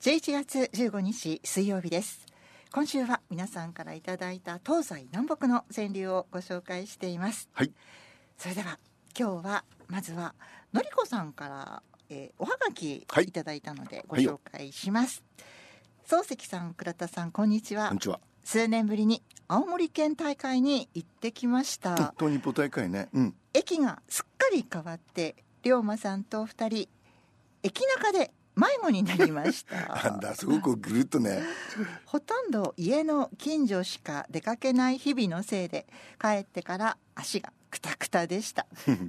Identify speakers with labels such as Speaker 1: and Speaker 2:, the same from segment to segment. Speaker 1: 11月15日水曜日です今週は皆さんからいただいた東西南北の川柳をご紹介しています
Speaker 2: はい。
Speaker 1: それでは今日はまずはのりこさんから、えーおはがき
Speaker 2: はい
Speaker 1: いただいたのでご
Speaker 2: はいよ
Speaker 1: 紹介します、漱石さん倉田さんこんにちは
Speaker 2: こんにちは。
Speaker 1: 数年ぶりに青森県大会に行ってきました、
Speaker 2: うん東日本大会ね。うん。
Speaker 1: 駅がすっかり変わって龍馬さんと二人駅中で迷子になりまし
Speaker 2: な
Speaker 1: た
Speaker 2: んだ、すごくぐるっとね。
Speaker 1: ほとんど家の近所しか出かけない日々のせいで帰ってから足がクタクタで した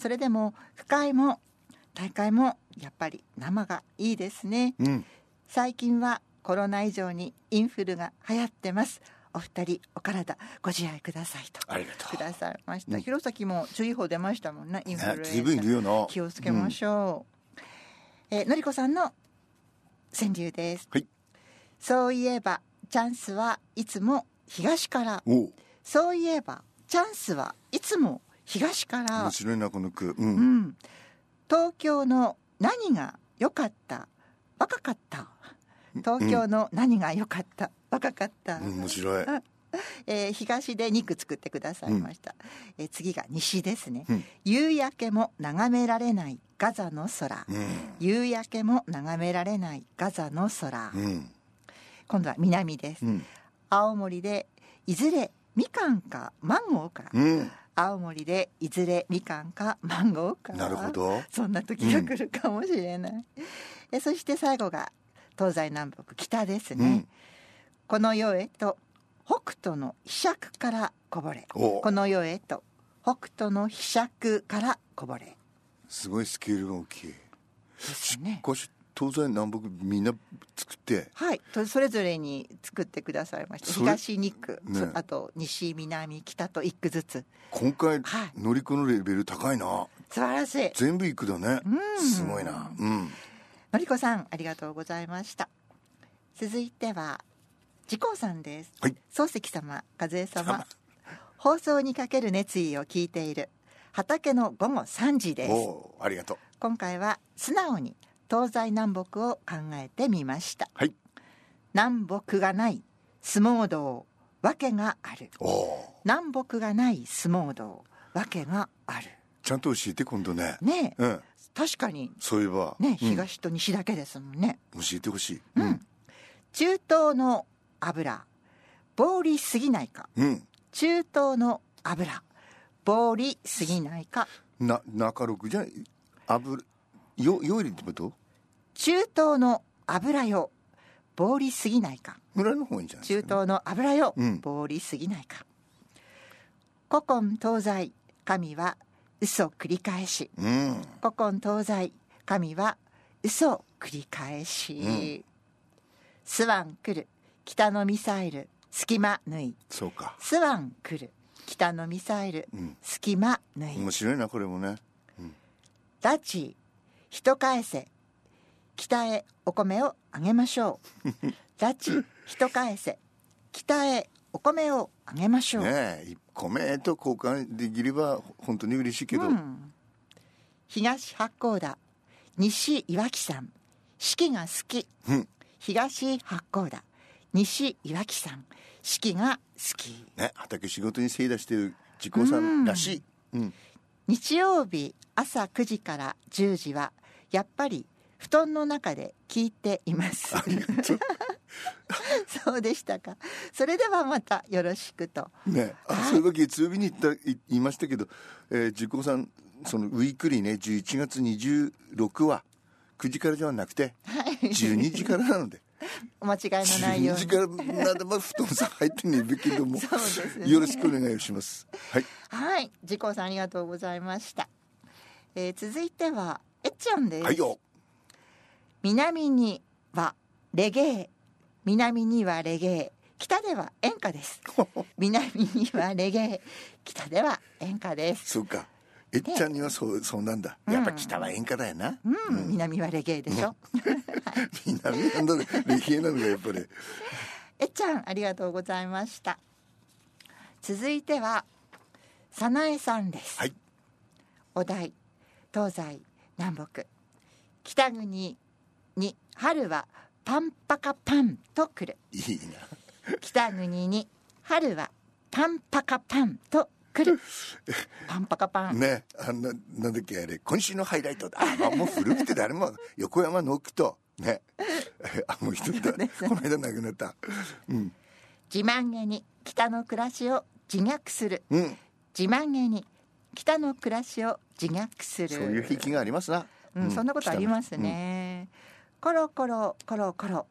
Speaker 1: それでも不快も大会もやっぱり生がいいですね
Speaker 2: うん。
Speaker 1: 最近はコロナ以上にインフルが流行ってますお二人お体ご自愛くださいと
Speaker 2: ありがと
Speaker 1: く
Speaker 2: う
Speaker 1: ださいました、
Speaker 2: うん
Speaker 1: 弘前も注意報出ましたもんねインフルエン
Speaker 2: ね、
Speaker 1: ザ
Speaker 2: ずいぶんいるよな。
Speaker 1: 気をつけましょう、えーのりこさんの川柳です、
Speaker 2: はい
Speaker 1: そういえばチャンスはいつも東から
Speaker 2: うん。おう
Speaker 1: そういえばチャンスはいつも東から
Speaker 2: 面白いな、この句。う。
Speaker 1: うんん、東京の何が良かった若かった東京の何が良かった、若かった、
Speaker 2: うん面白い。
Speaker 1: えー東で肉作ってくださいました、えー次が西ですね、
Speaker 2: うん
Speaker 1: 夕焼けも眺められないガザの空、
Speaker 2: うん。
Speaker 1: 夕焼けも眺められないガザの空、
Speaker 2: うん。
Speaker 1: 今度は南です、
Speaker 2: うん。
Speaker 1: 青森でいずれみかんかマンゴーか、
Speaker 2: うん。
Speaker 1: 青森でいずれみかんかマンゴーか
Speaker 2: なるほど。
Speaker 1: そんな時が来るかもしれない、えそして最後が東西南北北です
Speaker 2: う
Speaker 1: ね、
Speaker 2: ん。
Speaker 1: この世へと北斗の飛尺からこぼれ
Speaker 2: おう
Speaker 1: この世へと北斗の飛尺からこぼれ
Speaker 2: すごいスケールが大きい。
Speaker 1: ですね
Speaker 2: こうし東西南北みんな作って。
Speaker 1: はいとそれぞれに作ってくださいました
Speaker 2: それ
Speaker 1: 東2区、
Speaker 2: ね
Speaker 1: そあと西南北と1区ずつ
Speaker 2: 今回、
Speaker 1: はい
Speaker 2: のりこのレベル高いな。
Speaker 1: 素晴らしい
Speaker 2: 全部いくだね。
Speaker 1: うん
Speaker 2: すごいな。うん。
Speaker 1: のりこさんありがとうございました続いては次光さんです、
Speaker 2: はい
Speaker 1: 漱石様和江様放送にかける熱意を聞いている畑の午後3時です
Speaker 2: おうありがとう。
Speaker 1: 今回は素直に東西南北を考えてみました
Speaker 2: はい。
Speaker 1: 南北がない相撲道わけがある
Speaker 2: おお。
Speaker 1: 南北がない相撲道わけがある
Speaker 2: ちゃんと教えて、今度ね。
Speaker 1: ねえ
Speaker 2: うん。
Speaker 1: 確かに
Speaker 2: そういえば。
Speaker 1: ね
Speaker 2: うん
Speaker 1: 東と西だけですもんね、
Speaker 2: 教えてほしい。
Speaker 1: うん。中東の油暴利すぎないか
Speaker 2: うん。
Speaker 1: 中東の油暴利すぎないか
Speaker 2: な、中六じゃない。油。よ、よりってこと。
Speaker 1: 中東の油よ暴利すぎないか
Speaker 2: 村の方がいいんじゃない
Speaker 1: 中
Speaker 2: ですか、ね。
Speaker 1: 東の油よ、
Speaker 2: うん
Speaker 1: 暴利すぎないか古今東西神は嘘繰り返し
Speaker 2: うん。
Speaker 1: 古今東西神は嘘繰り返し、
Speaker 2: うん
Speaker 1: スワン来る北のミサイル隙間縫い
Speaker 2: そうか。
Speaker 1: スワン来る北のミサイル
Speaker 2: うん。
Speaker 1: 隙間縫い
Speaker 2: 面白いな、これもね。
Speaker 1: 拉致人返せ北へお米をあげましょ う拉致人返せ北へお米をあげましょう、
Speaker 2: ねえ、一個目と交換できれば、本当に嬉しいけ
Speaker 1: う
Speaker 2: ど。
Speaker 1: ん、東八甲田西岩木山四季が好き、
Speaker 2: うん
Speaker 1: 東八甲田西岩木山四季が好き
Speaker 2: ね、畑仕事に精出してる。自己さんらしい。うん。
Speaker 1: 日曜日朝9時から10時はやっぱり布団の中で聞いています。 そうでしたか。それではまたよろしくと。
Speaker 2: ね、あ、そういえば月曜日に言った、い言いましたけど。えー、自己さん、そのウィークリーね、11月26は。9時からではなくて、12時からなので。
Speaker 1: お間違いのないよ
Speaker 2: 12
Speaker 1: うに。
Speaker 2: 時からならば布団さん入ってねえべけども、
Speaker 1: そうですね
Speaker 2: よろしくお願いします。はい。
Speaker 1: はい、時効さんありがとうございました。えー続いてはえっちゃんです。
Speaker 2: はいよ。
Speaker 1: 南にはレゲエ、南にはレゲエ、北では演歌です。南にはレゲエ、北では演歌です。
Speaker 2: そうか。えっちゃんにはそう、そうなんだ。やっぱ北は演歌だよな。
Speaker 1: うん、南はレゲエでしょ。
Speaker 2: 南なんだね。歴恵なのがやっぱり。
Speaker 1: えっちゃんありがとうございました続いてはさなえさんです、
Speaker 2: はい
Speaker 1: お題東西南北北国に春はパンパカパンと来る
Speaker 2: いいな
Speaker 1: 北国に春はパンパカパンと来るパンパカパン、
Speaker 2: ねあんななんだっけあれ今週のハイライトだあもう古くて誰も横山の奥とねあもう一人だこの間亡くなったうん
Speaker 1: 自慢げに北の暮らしを自虐する
Speaker 2: うん
Speaker 1: 自慢げに北の暮らしを自虐する
Speaker 2: そういう引きがありますな
Speaker 1: うん、そんなことありますね、コロコロコロコロ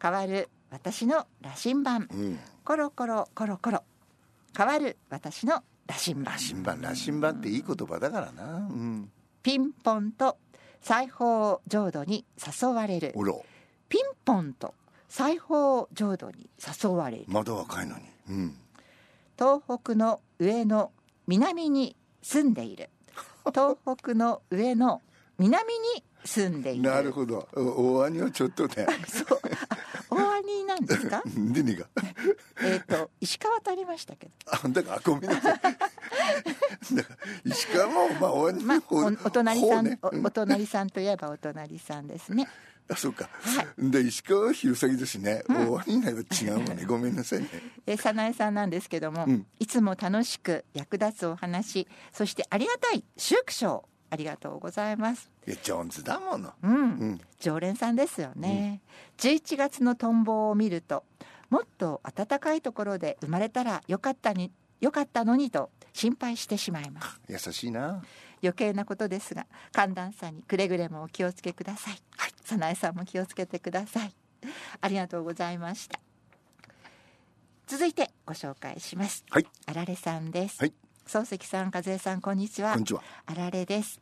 Speaker 1: 変わる私の羅針盤
Speaker 2: うん、うん
Speaker 1: コロコロコロコロ変わる私の羅針盤
Speaker 2: 羅針盤羅針盤っていい言葉だからなうん
Speaker 1: ピンポンと裁縫浄土に誘われる
Speaker 2: おら
Speaker 1: ピンポンと裁縫浄土に誘われる
Speaker 2: まだ若いのにうん
Speaker 1: 東北の上の南に住んでい る東北の上の南に住んでいる
Speaker 2: なるほどお大兄はちょっとね
Speaker 1: そうあ大兄なんです か
Speaker 2: でねえか
Speaker 1: えっと石川とありましたけど
Speaker 2: あだからごめんなさいだから石川もまあ大兄
Speaker 1: まあ、
Speaker 2: の
Speaker 1: お
Speaker 2: 方
Speaker 1: お隣さん、
Speaker 2: 方ね
Speaker 1: おお隣さんといえばお隣さんですね。
Speaker 2: あそうか、
Speaker 1: は
Speaker 2: で石川は弘前だしね、大兄なは違うも んねごめんなさいね
Speaker 1: えー、早苗さんなんですけども、
Speaker 2: うん
Speaker 1: いつも楽しく役立つお話、そしてありがたい祝勝、ありがとうございます。
Speaker 2: いや上手だもの
Speaker 1: うん、
Speaker 2: うん
Speaker 1: 常連さんですよね。11月のトンボを見ると、もっと暖かいところで生まれたらよかったに、よかったのにと心配してしまいます。
Speaker 2: 優しいな
Speaker 1: 余計なことですが寒暖差にくれぐれもお気をつけください、はい、早苗さんも気をつけてくださいありがとうございました続いてご紹介します、
Speaker 2: はい、
Speaker 1: あられさんです、
Speaker 2: はい、
Speaker 1: 漱石さん和江さんこんにちは
Speaker 2: こんにちは
Speaker 1: あられです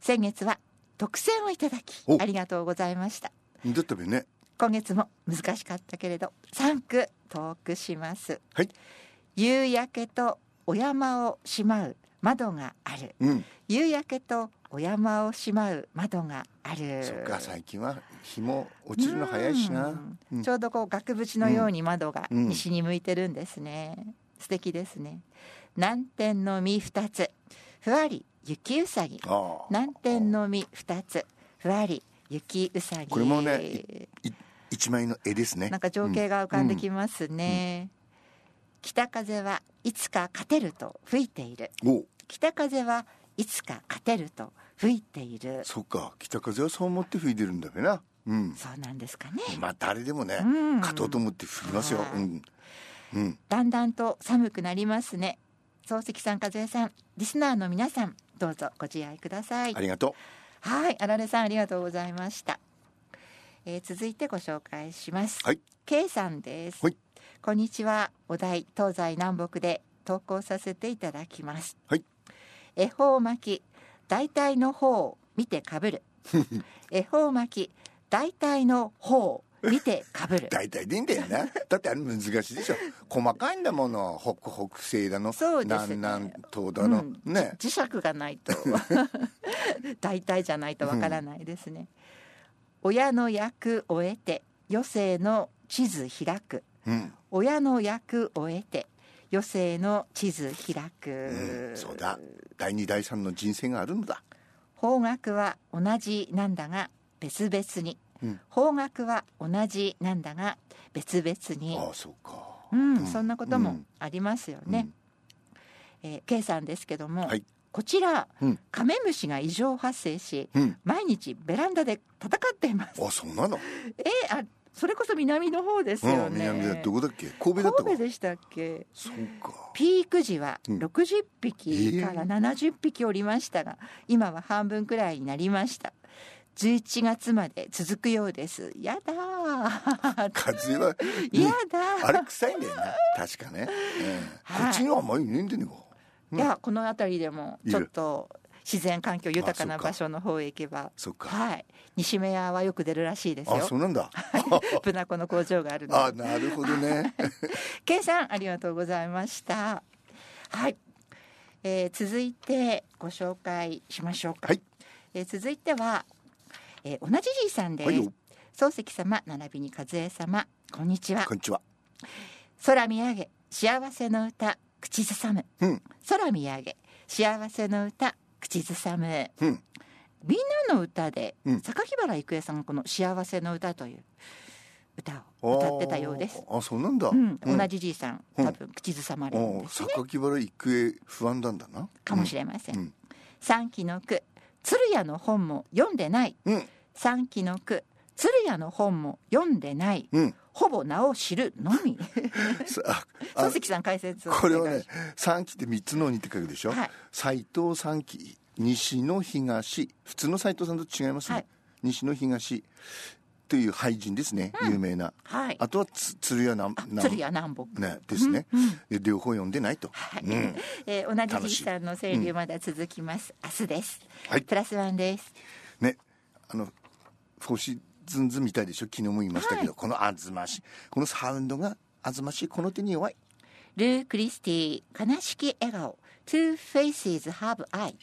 Speaker 1: 先月は特選をいただき
Speaker 2: お
Speaker 1: ありがとうございました
Speaker 2: だったべね
Speaker 1: 今月も難しかったけれど3区遠くします、
Speaker 2: はい、
Speaker 1: 夕焼けとお山をしまう窓がある
Speaker 2: うん
Speaker 1: 夕焼けとお山をしまう窓がある。
Speaker 2: そっか最近は日も落ちるの早いしな
Speaker 1: うん
Speaker 2: うん
Speaker 1: ちょうどこう額縁のように窓が
Speaker 2: うん
Speaker 1: 西に向いてるんですね。素敵ですね。南天の実二つ、ふわり雪うさぎ。
Speaker 2: ああ
Speaker 1: 南天の実二つ、ふわり雪うさぎ。
Speaker 2: これもねい一枚の絵ですね
Speaker 1: なんか情景が浮かんできますね。北風はいつか勝てると吹いている。
Speaker 2: おう
Speaker 1: 北風はいつか勝てると吹いている。
Speaker 2: そっか北風はそう思って吹いてるんだべなうん
Speaker 1: そうなんですかね。
Speaker 2: まあ誰でもね
Speaker 1: うん
Speaker 2: 勝とうと思って吹きますよ
Speaker 1: は
Speaker 2: う
Speaker 1: い
Speaker 2: んうん
Speaker 1: だんだんと寒くなりますね。漱石さん、和江さん、リスナーの皆さん、どうぞご自愛ください
Speaker 2: あ。りがと
Speaker 1: はい、あられさん、ありがとうございました。えー続いてご紹介します。
Speaker 2: はい、
Speaker 1: K さんです。
Speaker 2: はい
Speaker 1: こんにちは。お題、東西南北で投稿させていただきます。
Speaker 2: はい。
Speaker 1: 恵方巻き、大体の方を見てかぶ る。恵方巻き、大体の方を見てかぶる
Speaker 2: う。大体でいいんだよ なだってあれ難しいでしょ細かいんだもの北北西だの
Speaker 1: そうですね
Speaker 2: 南南東だの
Speaker 1: うん
Speaker 2: ね
Speaker 1: 磁石がない と大体じゃないとわからないですね、親の役終えて余生の地図開く
Speaker 2: うん
Speaker 1: 親の役終えて余生の地図開く、
Speaker 2: うんそうだ第二第三の人生があるんだ
Speaker 1: 方角は同じなんだが別々に、
Speaker 2: うん
Speaker 1: 方角は同じなんだが別々に
Speaker 2: ああそうか
Speaker 1: うん、
Speaker 2: うん
Speaker 1: そんなこともありますよね、えー K さんですけども、
Speaker 2: はい
Speaker 1: こちら、
Speaker 2: うん
Speaker 1: カメムシが異常発生し
Speaker 2: うんうん
Speaker 1: 毎日ベランダで戦っています。
Speaker 2: あそうなの
Speaker 1: えーあそれこそ南の方ですよ
Speaker 2: うん
Speaker 1: ね。
Speaker 2: 南だどこだっけ神戸だったか
Speaker 1: 神戸でしたっけ？
Speaker 2: そうか
Speaker 1: ピーク時は
Speaker 2: うん
Speaker 1: 60匹
Speaker 2: えー
Speaker 1: から70匹おりましたが、今は半分くらいになりました。11月まで続くようです。やだー
Speaker 2: 風は
Speaker 1: や
Speaker 2: あ
Speaker 1: だー
Speaker 2: れ臭いんだよな確かね、ええ
Speaker 1: はい
Speaker 2: こっちにはあんまりいねえんでねえかうん
Speaker 1: いやこの辺りでもちょっと自然環境豊か
Speaker 2: あ
Speaker 1: な
Speaker 2: そっか
Speaker 1: 場所の方へ行けば、
Speaker 2: そっか
Speaker 1: はい、西目屋はよく出るらしいです
Speaker 2: あ
Speaker 1: よ。
Speaker 2: そ うなんだ
Speaker 1: プナコの工場があるので
Speaker 2: あなるほどね
Speaker 1: けいさんありがとうございました。はい、えー続いてご紹介しましょうか。
Speaker 2: はい
Speaker 1: えー続いては、えー、同じじいさんです。
Speaker 2: はいよ
Speaker 1: 漱石様並びに和江様こんにちは。
Speaker 2: こんにちは
Speaker 1: 空見上げ幸せの歌口ずさむ、
Speaker 2: うん
Speaker 1: 空見上げ幸せの歌口ずさむ、
Speaker 2: うん
Speaker 1: みんなの歌で、
Speaker 2: うん
Speaker 1: 榊原郁恵さんがこの「幸せの歌」という歌
Speaker 2: あ
Speaker 1: を
Speaker 2: ー
Speaker 1: 歌ってたようです。
Speaker 2: あそうなんだ、
Speaker 1: うん、
Speaker 2: うん
Speaker 1: 同じじいさん、
Speaker 2: うん
Speaker 1: 多分口ずさまれるん
Speaker 2: お
Speaker 1: ですね、
Speaker 2: 榊原郁恵不安なんだな
Speaker 1: かもし
Speaker 2: れ
Speaker 1: れません、
Speaker 2: うん
Speaker 1: 三期の句鶴屋の本も読んでない
Speaker 2: ない、うん
Speaker 1: 三期の句鶴屋の本も読んでない
Speaker 2: うん、
Speaker 1: ほぼ名を知るのみ
Speaker 2: さああ
Speaker 1: 漱石さん解説を
Speaker 2: これは
Speaker 1: お願い
Speaker 2: ね
Speaker 1: し
Speaker 2: 三期って三つの鬼って書くでしょ、
Speaker 1: はい
Speaker 2: 斎藤三期西の東普通の斎藤さんと違いますね、
Speaker 1: はい
Speaker 2: 西の東という俳人ですね、有名な
Speaker 1: ますはい
Speaker 2: あとはつ鶴屋なんなん
Speaker 1: 鶴屋南北
Speaker 2: ねですね、
Speaker 1: うんうん
Speaker 2: で両方読んでないと、
Speaker 1: はい
Speaker 2: うん
Speaker 1: えー同
Speaker 2: 楽
Speaker 1: じ
Speaker 2: しい
Speaker 1: じいさんの清流まだ続きます、明日です、
Speaker 2: はい
Speaker 1: プラスワンです
Speaker 2: ねあの星ずんずんみたいでしょ昨日も言いましたけど、このあずましいこのサウンドがあずましいこの手に弱い
Speaker 1: ルー・クリスティ悲しき笑顔 Two faces have I